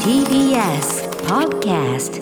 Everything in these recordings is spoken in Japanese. TBS Podcast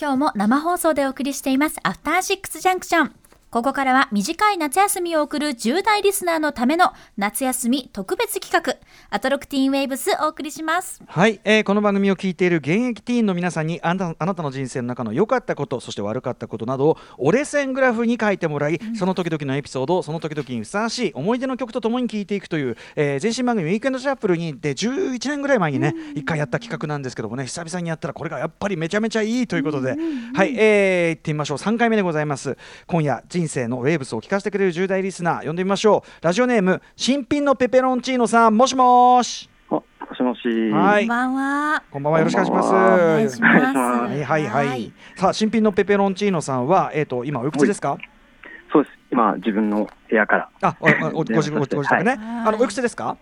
今日も生放送でお送りしていますアフターシックスジャンクションここからは短い夏休みを送る10代リスナーのための夏休み特別企画アトロクティーンウェイブスお送りしますはい、えーこの番組を聞いている現役ティーンの皆さんにあなたあなたの人生の中の良かったことそして悪かったことなどを折れ線グラフに書いてもらい、その時々のエピソードをその時々にふさわしい思い出の曲とともに聞いていくという、えー前身番組「ウィークエンドシャッフルに」で11年ぐらい前にね一回やった企画なんですけどもね久々にやったらこれがやっぱりめちゃめちゃいいということで、はい、えー、行ってみましょう3回目でございます今夜人生のウェーブスを聞かせてくれる10代リスナー呼んでみましょうラジオネーム新品のペペロンチーノさんもしもーしあ、もしもし。はこいんばんはこんばんはよろしくお願いします。こんばんはお願いしますはいはいはい、さあ新品のペペロンチーノさんは、えー、と今おいくつですか、そうです。今、自分の部屋から、あおおおご自ご自ご自宅ね、はいあのおいくつですか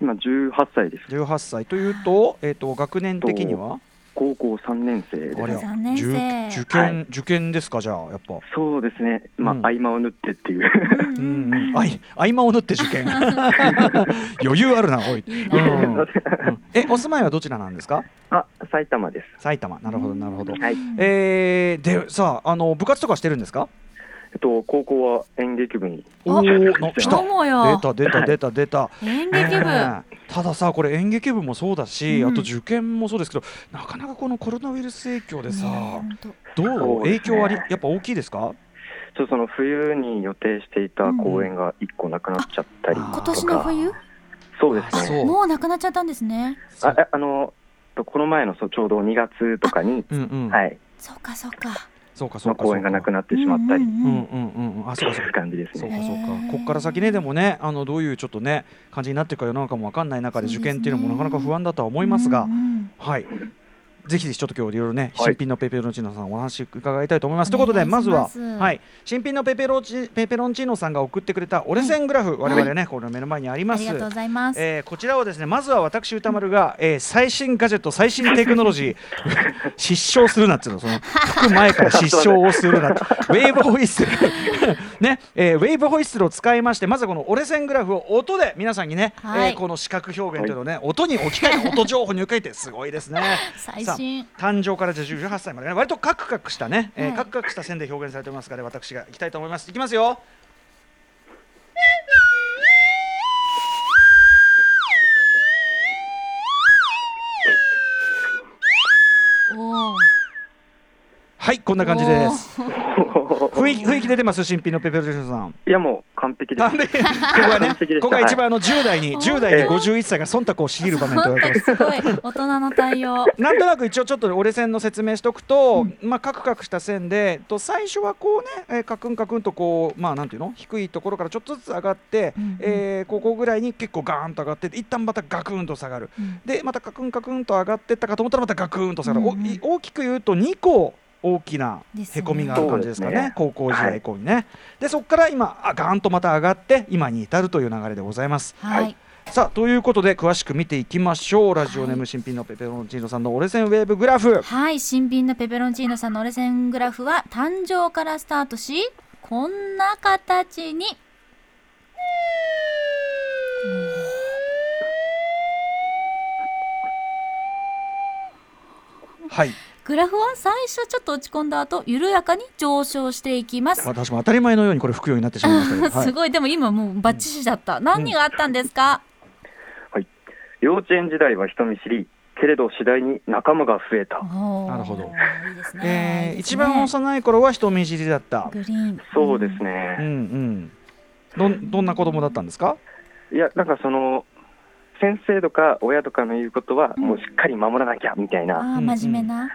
今18歳です。 18歳というと,、えー、と学年的には高校3年生であす。れ三年受生受験、はい受験ですかじゃあやっぱ。そうですね。まあ、うん合間を縫ってっていう。ううんんうん、あい合間を縫って受験余裕あるなおい、いいうんなうんえお住まいはどちらなんですか あ、埼玉です。埼玉なるほどなるほど、はい。えー、でさああの部活とかしてるんですかえっと、高校は演劇部に。おーな来たどうも出よた出た出た出た演劇部ねえたださこれ演劇部もそうだし、うんあと受験もそうですけどなかなかこのコロナウイルス影響でさ、うんどうそうですね影響ありやっぱ大きいですかちょっとその冬に予定していた公演が1個なくなっちゃったりとうんか。今年の冬そうですそね。うもうなくなっちゃったんですねあ、ああの、この前のそうちょうど2月とかに、うんうん、はい、そうかそうかそうかそうのかそう公か演がなくなってしまったり、うんううんんうんうんうんうんあそうかそそうういうか感じですそうね。かそうかへえここから先ねでもねあのどういうちょっとね感じになっていくか世の中もわかんない中でそう受ですね験っていうのもなかなか不安だとは思いますが、うんうんはいぜひぜひちょっと今日いろいろね、はい新品のペペロンチーノさんお話伺いたいと思います。とおいうこと願いしでまずはますはい、新品のペペロチペペロンチーノさんが送ってくれた折れ線グラフ、我々ね、この目の前にありあますりがとうございますえーこちらをですねまずは私歌丸が、えー最新ガジェット最新テクノロジー 失笑するなっつうのその吹く前から失笑をするなってウェーブホイッスル ね、えーウェーブホイッスルを使いましてまずはこの折れ線グラフを音で皆さんにね、はいえーこの視覚表現というのをね、音に置き換えて音情報に置き換えてすごいですね 最さあ新誕生からじゃあ18歳までね割とカクカクしたね、えはー、いカクカクした線で表現されておりますから、私がいきたいと思いますいきますよおおはいこんな感じです雰囲気雰囲気出てます新品のペペロジェンさん いや、もう完璧ですあ。でここがね 完璧でしたここが一番あの10代にはい10代に51歳が忖度を強いる場面と言われてますす。ごい大人の対応なんとなく一応ちょっと折れ線の説明しとくと、まあカクカクした線で、と最初はこうね、えー、カクンカクンとこうまあなんていうの、低いところからちょっとずつ上がって、うんうんえーここぐらいに結構ガーンと上がって、一旦またガクンと下がる。うんでまたカクンカクンと上がってったかと思ったらまたガクンと下がる。おうんうんい大きく言うと2個大きなですへねこみがある感じですかねそうですね高校時は代い以降にね、でそこから今あガーンとまた上がって今に至るという流れでございますはいさあということで詳しく見ていきましょうラジオネーム新品のペペロンチーノさんの折れ線ウェーブグラフはい新品のペペロンチーノさんの折れ線グラフは誕生からスタートしこんな形にはいグラフは最初ちょっと落ち込んだ後緩やかに上昇していきます私も当たり前のようにこれ服用になってしまいましたけど、はすい、ごいでも今もうバッチシだった何があったんですか幼稚園時代は人見知りけれど次第に仲間が増えたななるほどいいですねえーいいですね一番幼い頃は人見知りだったグリーンそうですうね、んうんどんどんな子供だったんですかいやなんかその先生とか親とかの言うことはもうしっかり守らなきゃみたいな、ああ真面目な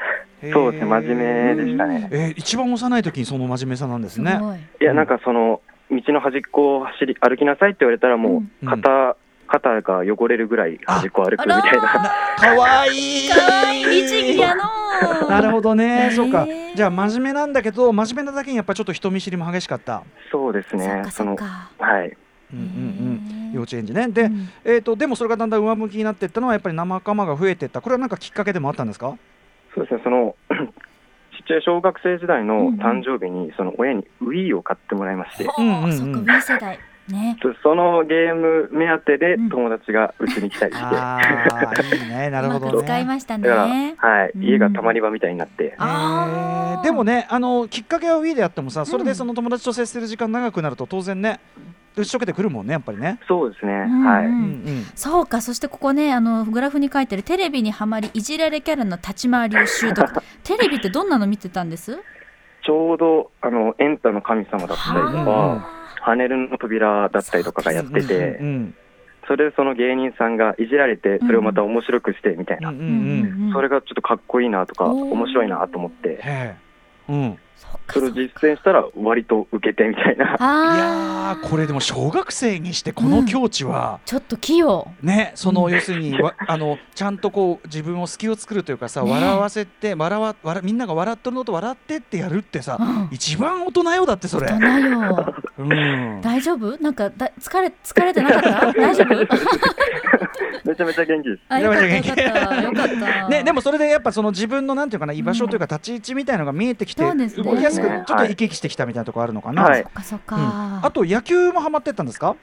そうですね真面目でしたね、えー一番幼い時にその真面目さなんですすねごいいやなんかその道の端っこを走り歩きなさいって言われたらもううん肩、肩が汚れるぐらい端っこを歩くあみた らいなかわいいかわいい律儀やのーなるほどね、ねそうかじゃあ真面目なんだけど真面目なだけにやっぱちょっと人見知りも激しかったそうですそっねかそそっのかはいうんうんうんへー幼稚園児ねで、うんえー、とでもそれがだんだん上向きになっていったのはやっぱり生釜が増えていったこれはなんかきっかけでもあったんですかそうですねその ちっちゃい小学生時代うんうのん誕生日にその親にウィーを買ってもらいましてほううんうんうんそっか B 世代ね。ちょっとそのゲーム目当てでうん友達がうちに来たりして、だかああ、いいね、 なるほうまどく使いね。ましたら、ね。はい、うん家がたまり場みたいになって、あえーーでもねあの、きっかけは Wii であってもさ、それでその友達と接する時間長くなると、当然ね、打ち解けてくるもんね、やっぱりね。そうですね、うんはい。うんうんそうか、そしてここね、あのグラフに書いてるテレビにはまり、いじられキャラの立ち回りを習 得。テレビってどんなの見てたんです。ちょうどあのエンタの神様だったりとはか、パネルの扉だったりとかがやってて、うんうんそれでその芸人さんがいじられて、それをまた面白くしてみたいうんうな、んううんんうんそれがちょっとかっこいいなとか、おー面白いなと思って、へえうんそっかそれを実践したら、割と受けてみたいな、 あいやあーこれでも小学生にしてこの境地は、ちょっと器用ねそうのん要するにわあのちゃんとこう自分を隙を作るというかさね笑わせて笑わ笑みんなが笑ってるのと笑ってってやるってさうん一番大人よだってそれ。大人ようん大丈夫なんかだ疲れ疲れてなか った大丈夫めちゃめちゃ元気です。あよかったよかったよかった ね、でもそれでやっぱその自分のなんていうかな居場所というか立ち位置みたいのが見えてきて、そうですね動きやすくちょっとはい生き生きしてきたみたいなところあるのかな、はいそっかそっうか、んあと野球もハマってったんですか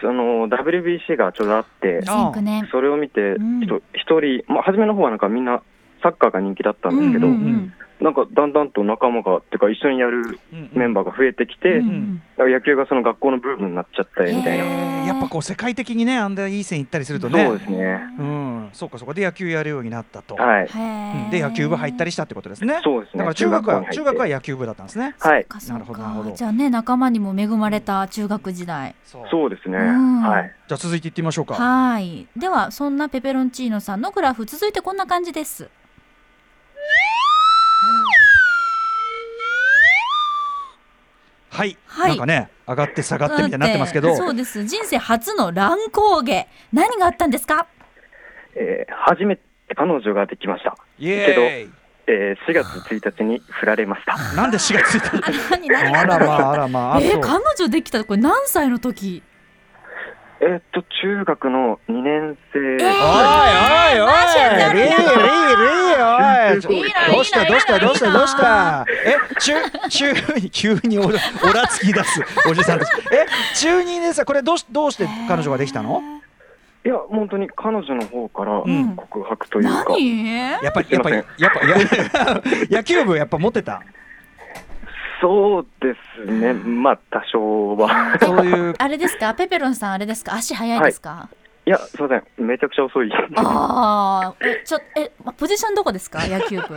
その WBC がちょうどあって、 2009年それを見て、んちょっと一人、まあ、初めの方はなんかみんなサッカーが人気だったんですけど、うんんうんなんかだんだんと仲間が、てか一緒にやるメンバーが増えてきて、うんんなんか野球がその学校のブームになっちゃってみたへいな。えーやっぱこう世界的にねあんないい線いったりするそとうねですね。うん、そうかそうかで野球やるようになったと、はい。うへんーで野球部入ったりしたってことですねそうですだね。から中学は中学はは野球部だったんですねはそい。っかそっなるほどなるかほどじゃあね仲間にも恵まれた中学時代そそうですね。うんはい。じゃあ続いていってみましょうかはいではそんなペペロンチーノさんのグラフ続いてこんな感じですはい、はいなんかね上がって下がってみたいになってますけどそうです人生初の乱高下何があったんですかえー初めて彼女ができました。イエーイえー4月1日に振られました。なんで4月1あ 日何何あらまああらまああえそうー、彼女できたこれ何歳の時えーっと、中学の2年生。おいおいおいリーリーリーおいいいなどうしたどうしたどうしたどうしたえ中中に急におらおらつき出すおじさんたちえ中二でさこれどうしどうして彼女ができたのいや、本当に彼女の方からうん告白というか、何やっぱりやっぱりやっぱや野球部や っぱモテたそうですね。まあ、多少は。そういうあれですかペペロンさんあれですか足早いですか、いや、すいません。めちゃくちゃ遅い。ああえちょえまポジションどこですか野球部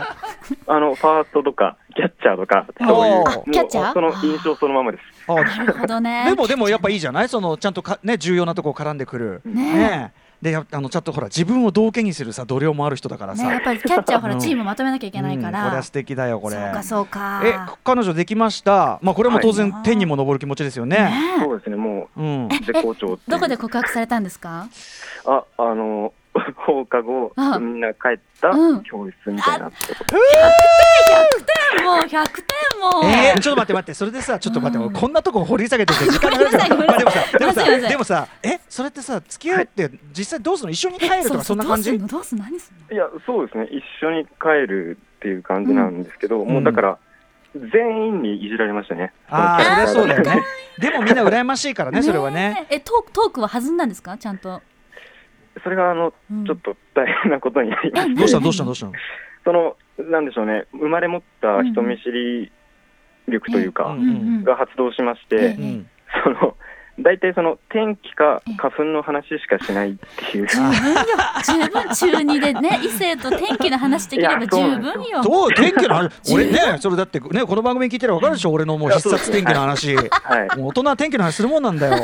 あの、ファーストとか、キャッチャーとか、そういう。おーもあうキャッチャーその印象そのままです。なあるほどねでもでもやっぱいいじゃないそのちゃんとかね重要なとこ絡んでくるねねでやあのちゃんとほら自分を道化にするさ度量もある人だからねさやっぱりキャッチャーはほらうんチームまとめなきゃいけないかうんこれら、は素敵だよこれそうかそうかえ彼女できました、まあ、これも当然はい天にも昇る気持ちですよね。ねそうですね。もうん、う、絶好調っていうどこで告白されたんですかあ、あの、 放課後あ、みんな帰ったうん教室みたいなってこと。もう100点もう、えーちょっと待って待ってそれでさちょっと待って、うんこんなとこ掘り下げてて時間な いごめんなさいごめんなさいでもさごめんなさいでもさえそれってさ付き合うって実際どうするの一緒に帰るとかそんな感どじうするのどうするの何するのいや、そうですね。一緒に帰るっていう感じなんですけど、んもうだから、全員にいじられましたね。ああそりゃそうだよね。ねでもみんな羨ましいからねそれはねええトークトークは弾んだんですかちゃんとそれが、あの、うんちょっと大変なことになりましどうしたて、のどうしたのどうしたのその、なんでしょうね、生まれ持った人見知り力といううか、んうんが発動しましえてう、んその、大体その、天気かええ花粉の話しかしないっていう。十分よ十分中二で ね異性と天気の話できればい十やそうなんです分よどう天気の 話俺ねそれだってねこの番組聞いてれば分かるでしょ俺のもう必殺天気の 話もうはい。大人は天気の話するもんなんだよ。うん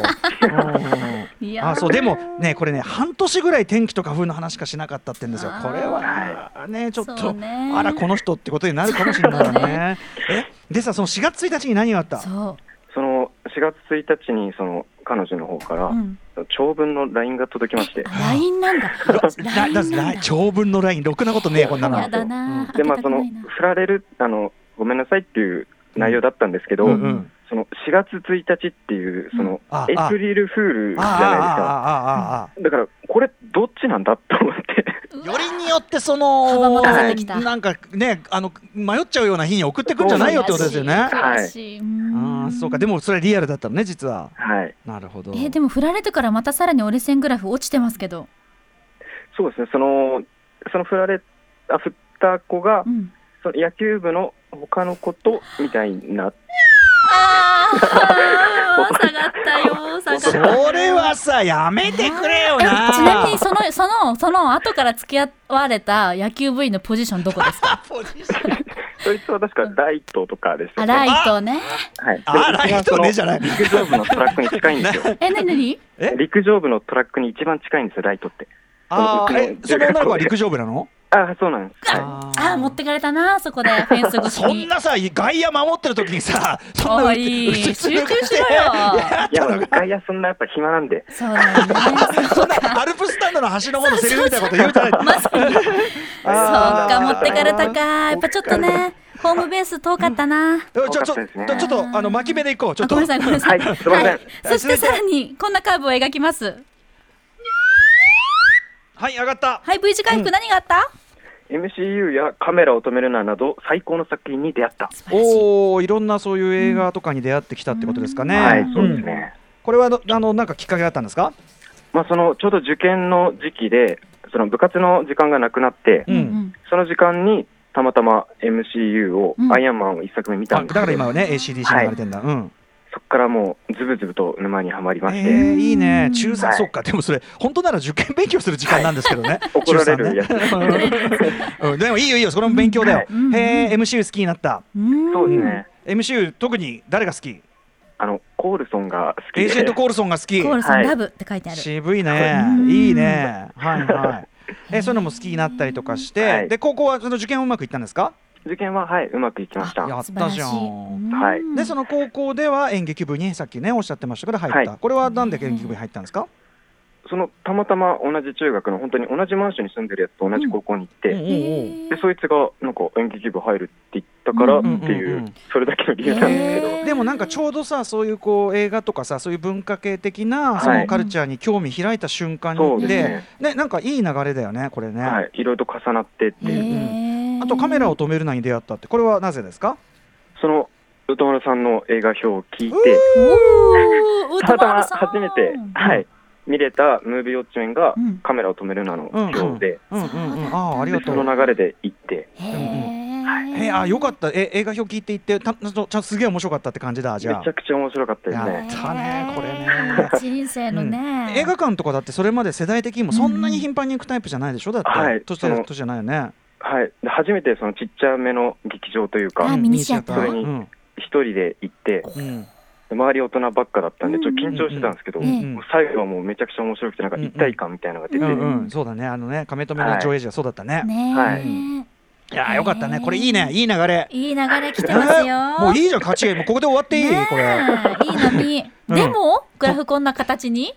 いやーあそうでもねこれね半年ぐらい天気と花粉の話しかしなかったって言うんですよあーこれはねちょっそうと、ねあらこの人ってことになるかもしれな いそわうねねえでさその4月1日に何があったそその4月1日にその彼女の方かう、らうん、長文の LINE が届きまして、あラインなん だラインだなだんだだ長文のラインろくなことねえこんなのやだなでまあその開けたくないな振られるあのごめんなさいっていう内容だったんですけど、うんうんその4月1日っていうそのあエイあプリルフールじああゃあああああないですかだからこれどっちなんだと思って あよりによってそ幅のも出せてきたなんかねあの迷っちゃうような日に送ってくんじゃないよってことですよね悔しい悔しい、ううんああそうかでもそれリアルだったのね実ははい、なるほどえーでも振られてからまたさらに折れ線グラフ落ちてますけど、そうですね、その、その振られ、あ振った子が、うん、その野球部の他の子とみたいな、あー下がったよ下がったそれはさやめてくれよなえ ちなみにそのそのその後から付き合われた野球部員のポジションどこですかそいつは確かライトとかでしたあね。ライトねはい、あでライトねじゃない陸上部のトラックに 近いんですよ。えなになにえ陸上部のトラックに一番近いんですよ、ライトって。あーえその女の子は陸上部なのああ、そうなんです。はいああー持ってかれたなそこ でフェンス越しそにんなさ外野守ってる時にさそんおなういうつうつ集中しろよいやいや、もう外野そんなやっぱ暇なんで、 そうだよねそんなアルプススタンドの端の方のセリフみたいなこと言うじゃない ま さにそっあーか持ってかれたかやっぱちょっとねホームベース遠かったなちょちょちそうですねょちょっとあの巻き目でいこうちょあっとごめんなさいごめんなさいはいすいません そしてさらにこんなカーブを描きますはい上がったはい V 字回復何があった、 MCU やカメラを止めるななど最高の作品に出会った。おおいろんなそういう映画とかに出会ってきたってことですかね、はい、んそうですね。これはどあのなんかきっかけがあったんですかまあ、そのちょうど受験の時期で、その部活の時間がなくなって、うんその時間にたまたま MCU を、うんアイアンマンを一作目見たあんでだからすけど、今はね ACDC 流れてんだ、うんそこからもうズブズブと沼にはまりまして、えー、いいね中3、はいそっかでもそれ本当なら受験勉強する時間なんですけどね、怒られるやつ中3ね うんでもいいよいいよそれも勉強だよ、うんへえ MCU 好きになったうんそうですね、 MCU 特に誰が好きあのコールソンが好きエージェンでト・、コールソンが好きコールさん、はいラブって書いてある渋いねうんいいねはいはいえそういうのも好きになったりとかして、はいで高校はその受験はうまくいったんですか受験は、はい、うまくいきました。やっ素晴たらしじいゃんはいでその高校では演劇部にさっきねおっしゃってましたけど入った、はいこれはなんで演劇部に入ったんですか、そのたまたま同じ中学の本当に同じマンションに住んでるやつと同じ高校に行って、うんへーでそいつがなんか演劇部入るって言ったからっていう、うんうんうんそれだけの理由なんですけど、へーでもなんかちょうどさそういうこう映画とかさそういう文化系的なはいそのカルチャーに興味開いた瞬間そうで,、ですねねなんかいい流れだよねこれね、はい、いろいろと重なってっていう、へーあとカメラを止めるなに出会ったってこれはなぜですかその歌丸さんの映画表を聞いて、おーたまたま歌丸さん初めて、はい、見れたムービーウォッチメンがうん「カメラを止めるな」のうんうん表で,、うんうんうんああありがでとそうの流れで行ってへえーー、あよかったえ映画表聞いていってたちょちゃんすげえ面白かったって感じだめじちゃゃあくちゃ面白かったですやっね。たねこれへねー 人生のね、映画館とかだってそれまで世代的にもそんなに頻繁に行くタイプじゃないでしょだって、はい年だその年じゃないよねはい、で初めてそのちっちゃめの劇場というあかミニシアターそれにうん一人で行ってうんで周り大人ばっかだったんでちょっと緊張してたんですけど、うんうんうんもう最後はもうめちゃくちゃ面白くてなんか一体感みたいなのが出て、うんうん、そうだね、あのね、亀止めの上映時はそうだったね。い、ねえ、はいい、やー、よかったね、これいいね、いい流れ。い流れ来てますえよー もういいじゃん、勝ち、もうここで終わっていい、ねえこれ。いいのに、うんでもグラフこんな形に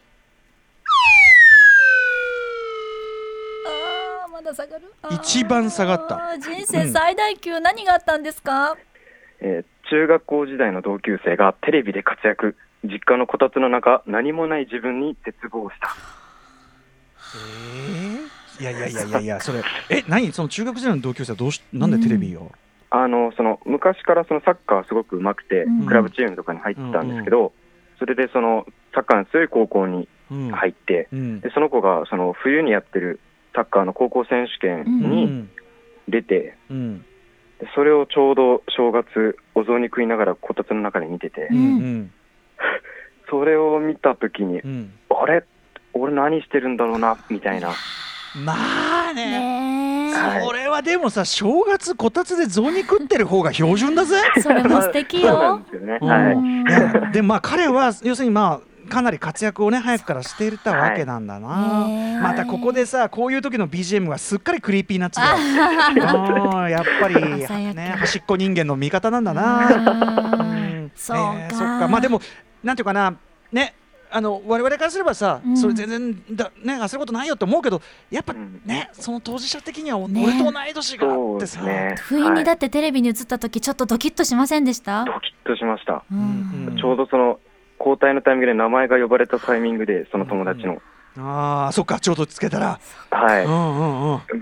あーまだ下がるあー一番下がった人生最大級何があったんですか、えー中学校時代の同級生がテレビで活躍実家のこたつの中何もない自分に絶望したいやいやいやいやいや、それ、え、何、その中学時代の同級生はどうし、なんでテレビを。あのその昔からそのサッカーすごく上手くて、うんクラブチームとかに入ってたんですけど、それでそのサッカーの強い高校にうん、入って、うん。でその子がその冬にやってるサッカーの高校選手う権にん。出て、うん。でそれをちょうど正月お雑煮食いながらこたつの中で見てて、うん。うん。それを見た時に、うん。あれ俺何してるんだろうなみた いなまあね。ねえはいそれはでもさ、正月こたつで雑煮食ってる方が標準だぜ。 それも素敵そうなんよですよね、うんはいうんいやでまあ彼は要するにまあかなり活躍をね早くからしていたわけなんだな、はいねえまたここでさこういう時の BGM がすっかりクリーピーナッツだ あよあーやっぱり朝焼けね端っこ人間の味方なんだうなうんんそうか,、ねえそっかまあでもなんていうかなねあの我々からすればさ、うんそれ全然だね焦ることないよって思うけどやっぱうんねその当事者的にはおね俺と同い年があそっうてでさ、すね不意にはだいってテレビに映った時ちょっとドキッとしませんでした、ドキッとしましたううんんちょうどその交代のタイミングで名前が呼ばれたタイミングで、その友達の、あーそっかちょうどつけたら、はう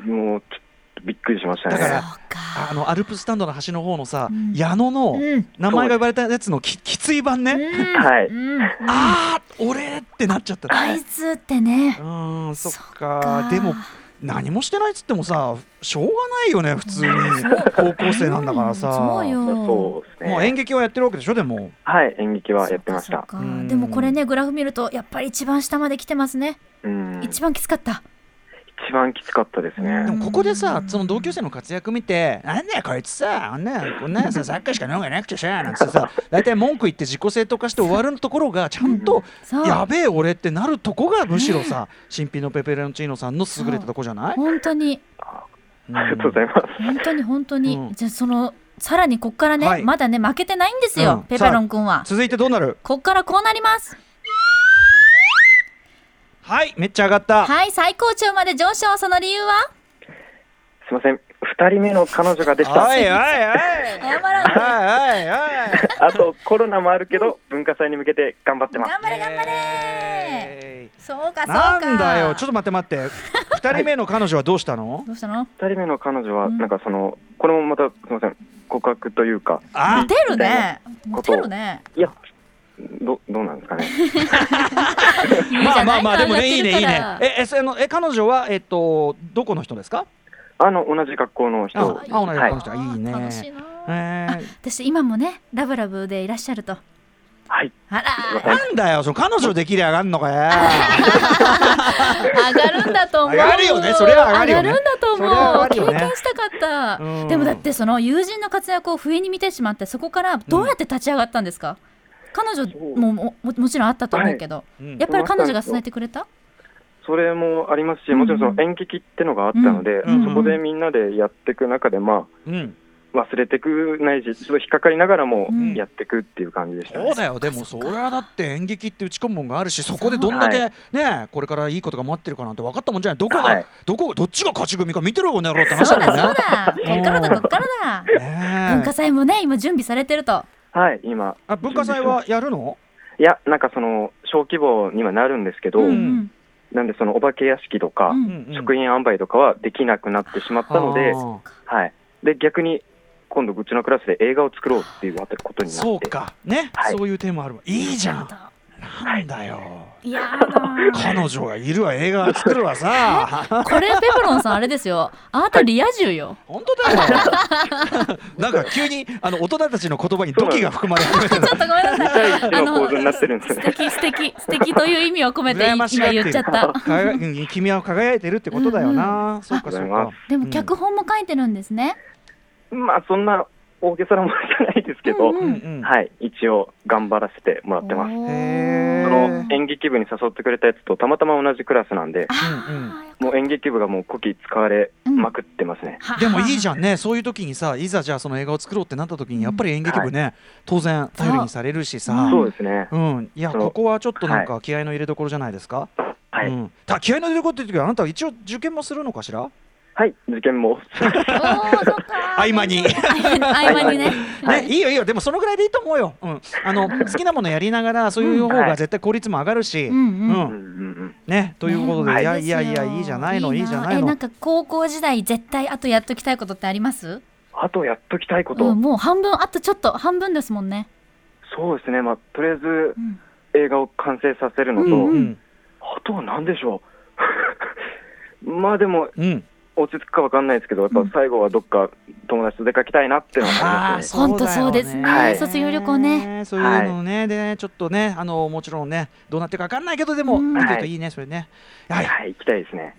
んうんうんい、もうちょとびっくりしましたね。だからそうあか。のアルプススタンドの端の方のさ、うん矢野のうん名前が呼ばれたやつのききつい版ね、うんはいうんあー俺ってなっちゃったあいつってねう。ーんそっかかでも何もしてないっつってもさしょうがないよね普通に高校生なんだからさ、うんそうよ。そうですね。もう演劇はやってるわけでしょでもはい、演劇はやってましそうた。かそうかうんでもこれねグラフ見るとやっぱり一番下まで来てますね。うん、一一番きつかった。番きつかったでですね。もここでうさんその同級生の活躍見て「なんだよこいつさあんなこんなさサッカーしか能がなくちゃしゃ」なんてさ大体文句言って自己正当化して終わるところがちゃんとそ「うやべえ俺」ってなるとこがむしろさ新品のペペロンチーノさんの優れたとこじゃない本当に ありがとうございます。本当に本当に、うんじゃあそのさらにこっからね、はいまだね負けてないんですよ、うんペペロン君は続いてどうなるこっからこうなりますはいめっちゃ上がったはい最高潮まで上昇その理由はすみません、二人目の彼女ができた。おいおいおい謝らおいないおいおいあとコロナもあるけど、文化祭に向けて頑張ってます。頑張れ頑張れえそうかそうーかなんだよちょっとと待って待って二人目の彼女はどうし たのどうしたの二人目の彼女は、うんなんかその、これもまた、すみません、告白というか。あモテるねモテるねいや、ど、どうなんですかね。まあまあまあいいじゃでもないねいいねいいやってるねからええそのえ彼女はえっとどこの人ですかあの、同じ学校の人。あは同いじ学校の人あーいいね楽しいなえー私今もねラブラブでいらっしゃるとはい。あら なんだよその彼女できりゃ上がんのかよ上がるんだと思う上がるよねそれは上がるよね上がるんだとそれは上がる思うよね経験したかった、うんでもだってその友人の活躍を不意に見てしまってそこからどうやって立ち上がったんですか、彼女ももももちろんあったと思うけど、うんやっぱり彼女が勧めてくれたそれもありますし、もちろんその演劇ってのがあったので、うんそこでみんなでやっていく中で、まうんあ、忘れてくないし、ちょっと引っかかりながらもうんやっていくっていう感じでした、ねそうだよでもそりゃだって演劇って打ち込むもんがあるしそこでどんだけねこれからいいことが待ってるかなんて分かったもんじゃないどこはがいどこどっちが勝ち組か見てろこの野郎って話そだうだそうもんだこねっからだこっからだ文ね化祭もね今準備されてるとはい、今。あ文化祭はやるのいや、なんかその、小規模にはなるんですけど、うんなんでその、お化け屋敷とか、うんうんうん職員販売とかはできなくなってしまったので、あはい。で、逆に、今度、うちのクラスで映画を作ろうっていうことーになって。そうかねはいそういうテーマあるわいいじゃんなんだよいやーな彼女がいるわ映画作るわさこれペペロンさんあれですよあなたリア充よ、本当だよ なんか急にあの大人たちの言葉にドキが含まれ始めてるちょっとごめんな2さい対1の構図になってるんです素ね。敵素敵素敵という意味を込めて羨ましが今ってい言っるちゃった輝うん 君は輝いてるってことだよな、そうかありそがとううござかいますでも脚本も書いてるんですね。 まあ、そんな大げさなものじゃないですけど、うんうんうんはい、一応頑張らせてもらってます。おーへーその演劇部に誘ってくれたやつとたまたま同じクラスなんで、あーもう演劇部がもうこき使われまくってますね。でもいいじゃん。ゃんねそういう時にさいざじゃあその映画を作ろうってなった時にやっぱり演劇部ね、当然頼りにされるしうんさそうですね。うん、いやそうここはちょっとなんか気合いの入れどころじゃないですか、はい。うん、た気合いの入れどころって言うけどあなたは一応受験もするのかしらはい、受験も。おーそっか合間に合間にね。はいね、いいよいいよでもそのぐらいでいいと思うよ、うん、あの好きなものやりながらそういう方うんはがい絶対効率も上がるし、ううんんうん。うんうんねということで、ねいやですいよやいやいいじゃないのいいじゃないえのなんか高校時代絶対あとやっときたいことってあります？あとやっときたいこと、うんもう半分あとちょっと半分ですもんね。そうですね、まあ、とりあえずうん映画を完成させるのと、う、うんあとは何でしょう、 まあでも、うん、落ち着くかわかんないですけど、やっぱ最後はどっか友達と出かけたいなっていうのはありますね。ほんとそうですねはい卒業旅行ね。そういうのをね、で、ちょっとね、あの、もちろんね、どうなってるかわかんないけど、でも、うん見てるといいね、それね。はい、い、はい、行きたいですね。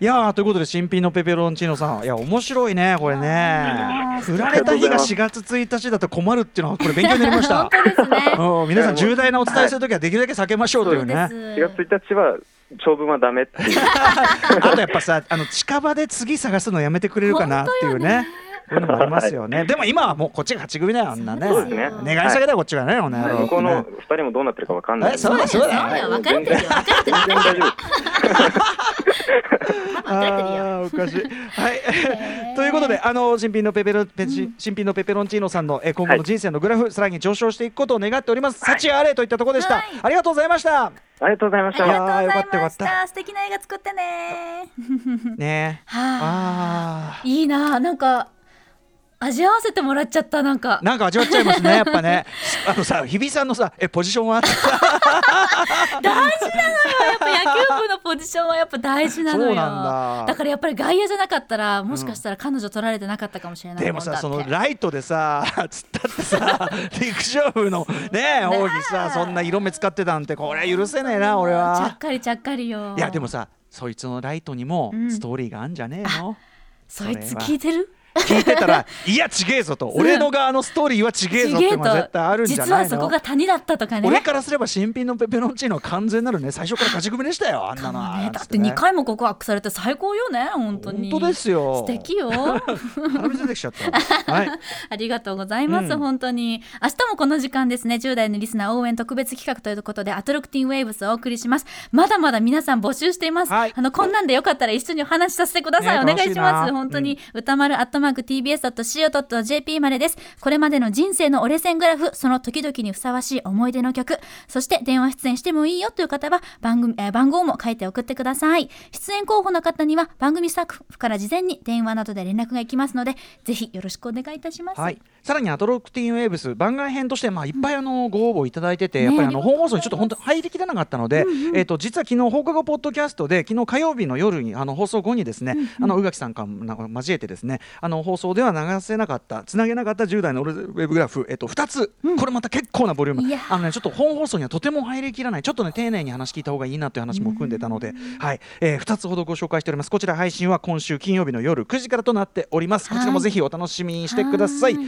やー、ということで、新品のペペロンチーノさん、いや、面白いね、これねあ。ー振られた日が4月1日だと困るっていうのは、これ勉強になりま し本た。当ですね。うん、皆さん重大なお伝えするときは、できるだけ避けましょうというね。 4月1日は長文はダメっていう。 あとやっぱさ、あの近場で次探すのやめてくれるかなっていうね。こういうのもありますよね。でも今はもうこっちが勝ち組だよ、あんなね。そうですね願い下げだよ、こっちがね、この野郎向こうの2人もどうなってるかわかんないえそうだそうだそうだよ分かれてるよ分かれてる全然大丈夫ですあーかしい。はい、ということで、あの新品のペペロペチ新品のペペロンチーノさんのえー今後の人生のグラフ、さらに上昇していくことを願っております。幸あれといったところでした。はいありがとうございました。ありがとうございましありがた。とうござよかったいよかまっしたた。素敵な映画作ってね。ねはえ。あ。あいいなあ、なんか味わわせてもらっちゃったなんかあ。。なんか味わっちゃいますね、やっぱね。あのさ、日比さんのさ、えポジションは。やっぱ野球部のポジションはやっぱ大事なのよ。そうなんだからやっぱり外野じゃなかったらもしかしたら彼女取られてなかったかもしれないでももんだっさて。そのライトでさ つったっ てさ陸上部のね奥義さそんな色目使ってたんてこれ許せねえな俺ちゃっはかりちゃっかりよ。いやでもさそいつのライトにもうんストーリーがあんじゃねえの、そいつ聞いてる？聞いてたら「いやちげえ ぞ」と「俺の側のストーリーはちげえぞ」ってのは絶対あるんじゃ実なはいそこのが谷だったとかね。俺からすれば新品のペペロンチーノは完全なるね最初から勝ち組でしたよあんなかのもはねなんだつってね2回も告白されて最高よね本当に本当ですよ素敵よ鼻水出てきちゃったは いありがとうございます、うん本当に明日もこの時間ですね10代のリスナー応援特別企画ということでアトロクティンウェイブスをお送りしますまだまだ皆さん募集しています、はいあのこんなんでよかったら一緒にお話しさせてください、ねお願いしま楽しいすな本当に、歌丸アットマーク tbs.co.jp までですこれまでの人生の折れ線グラフその時々にふさわしい思い出の曲そして電話出演してもいいよという方は番組、えー番号も書いて送ってください出演候補の方には番組スタッフから事前に電話などで連絡がいきますのでぜひよろしくお願いいたします、はい、さらにアトロクティーンウェーブス番外編として、まあ、いっぱいあのご応募いただいてて、ねやっぱりああのりがとう本ご放ざい送ますにちょっと本当に入りきらなかったので、えっと実は昨日放課後ポッドキャストで昨日火曜日の夜にあの放送後にですね、あの宇垣さんからも交えてですねあの放送では流せなかったつなげなかった10代のウェブグラフ、えっと2つ、これまた結構なボリュームいやーあの、ね、ちょっと本放送にはとても入りきらないちょっとね丁寧に話聞いた方がいいなという話も含んでたので、はいえー、2つほどご紹介しておりますこちら配信は今週金曜日の夜9時からとなっておりますこちらもぜひお楽しみにしてくださいはい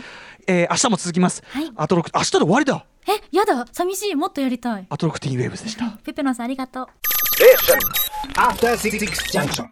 えー明日も続きます、はいアトロク明日で終わりだえやだ寂しいもっとやりたいアトロクティーンウェーブスでしたペペロンさんありがとう After Six Junction.